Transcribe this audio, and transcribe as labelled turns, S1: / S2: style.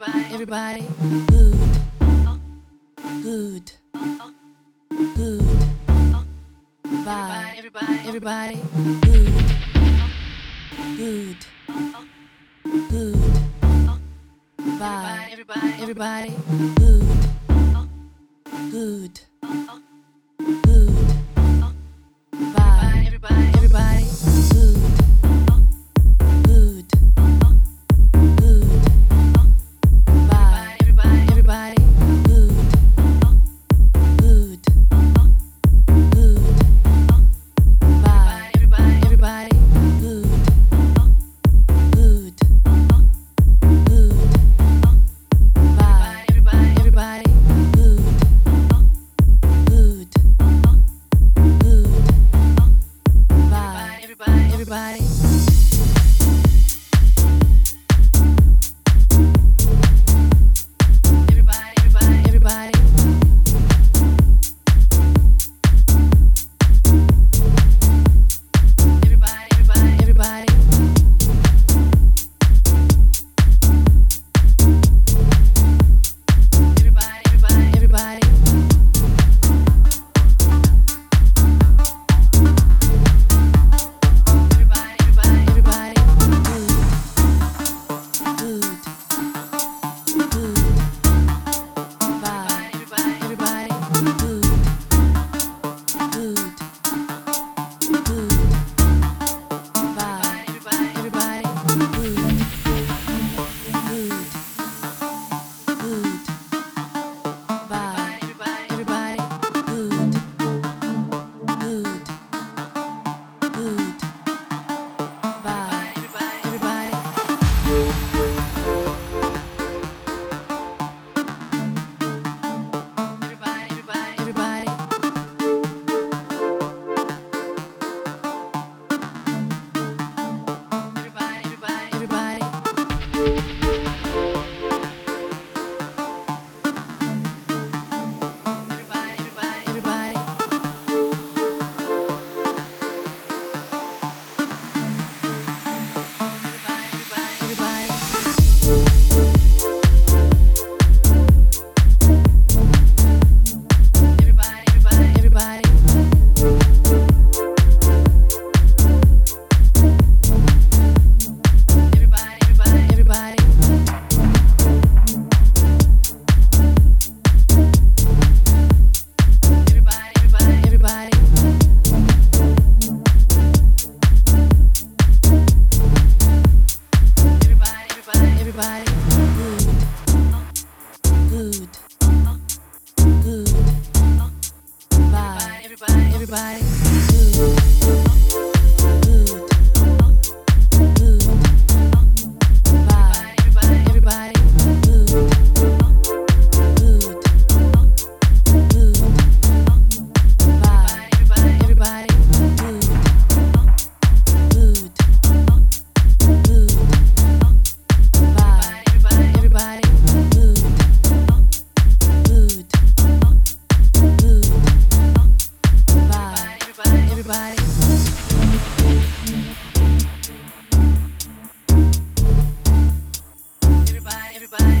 S1: everybody. Good. Good. Good. Bye. Everybody. Everybody. Good. Good. Good. Bye. Everybody. Everybody. Good. Good. Good. Bye. Everybody. Everybody. Good. Good. Good. Bye. Everybody. Everybody. Good. Good. Good. Bye. Everybody. Everybody. Good. Good. Good. Bye. Everybody. Everybody. Good. Good. Good. Bye. Everybody. Everybody. Everybody. Everybody. Everybody. Everybody. Everybody. Everybody. Everybody, everybody, everybody. Everybody, everybody, everybody. Good. Good. Good. Bye. Everybody, everybody. Good. Good. Good. Bye. Everybody, everybody. Good. Good. Good. Bye. Everybody. Good. Good. Good. Bye. Everybody. Everybody. Everybody. Everybody. Everybody. Everybody. Everybody. Everybody, everybody, everybody. Everybody, everybody, everybody. Everybody, everybody, everybody. Everybody, everybody, everybody. Everybody, everybody, everybody. Everybody, everybody, everybody. Good. Good. Good. Bye. Everybody, everybody. Good. Good. Good. Bye. Everybody, everybody. Good. Good. Good. Bye. Everybody, everybody. Good. Good. Good. Bye. Everybody, everybody. Good. Good. Good. Bye. Everybody, everybody. Everybody, everybody,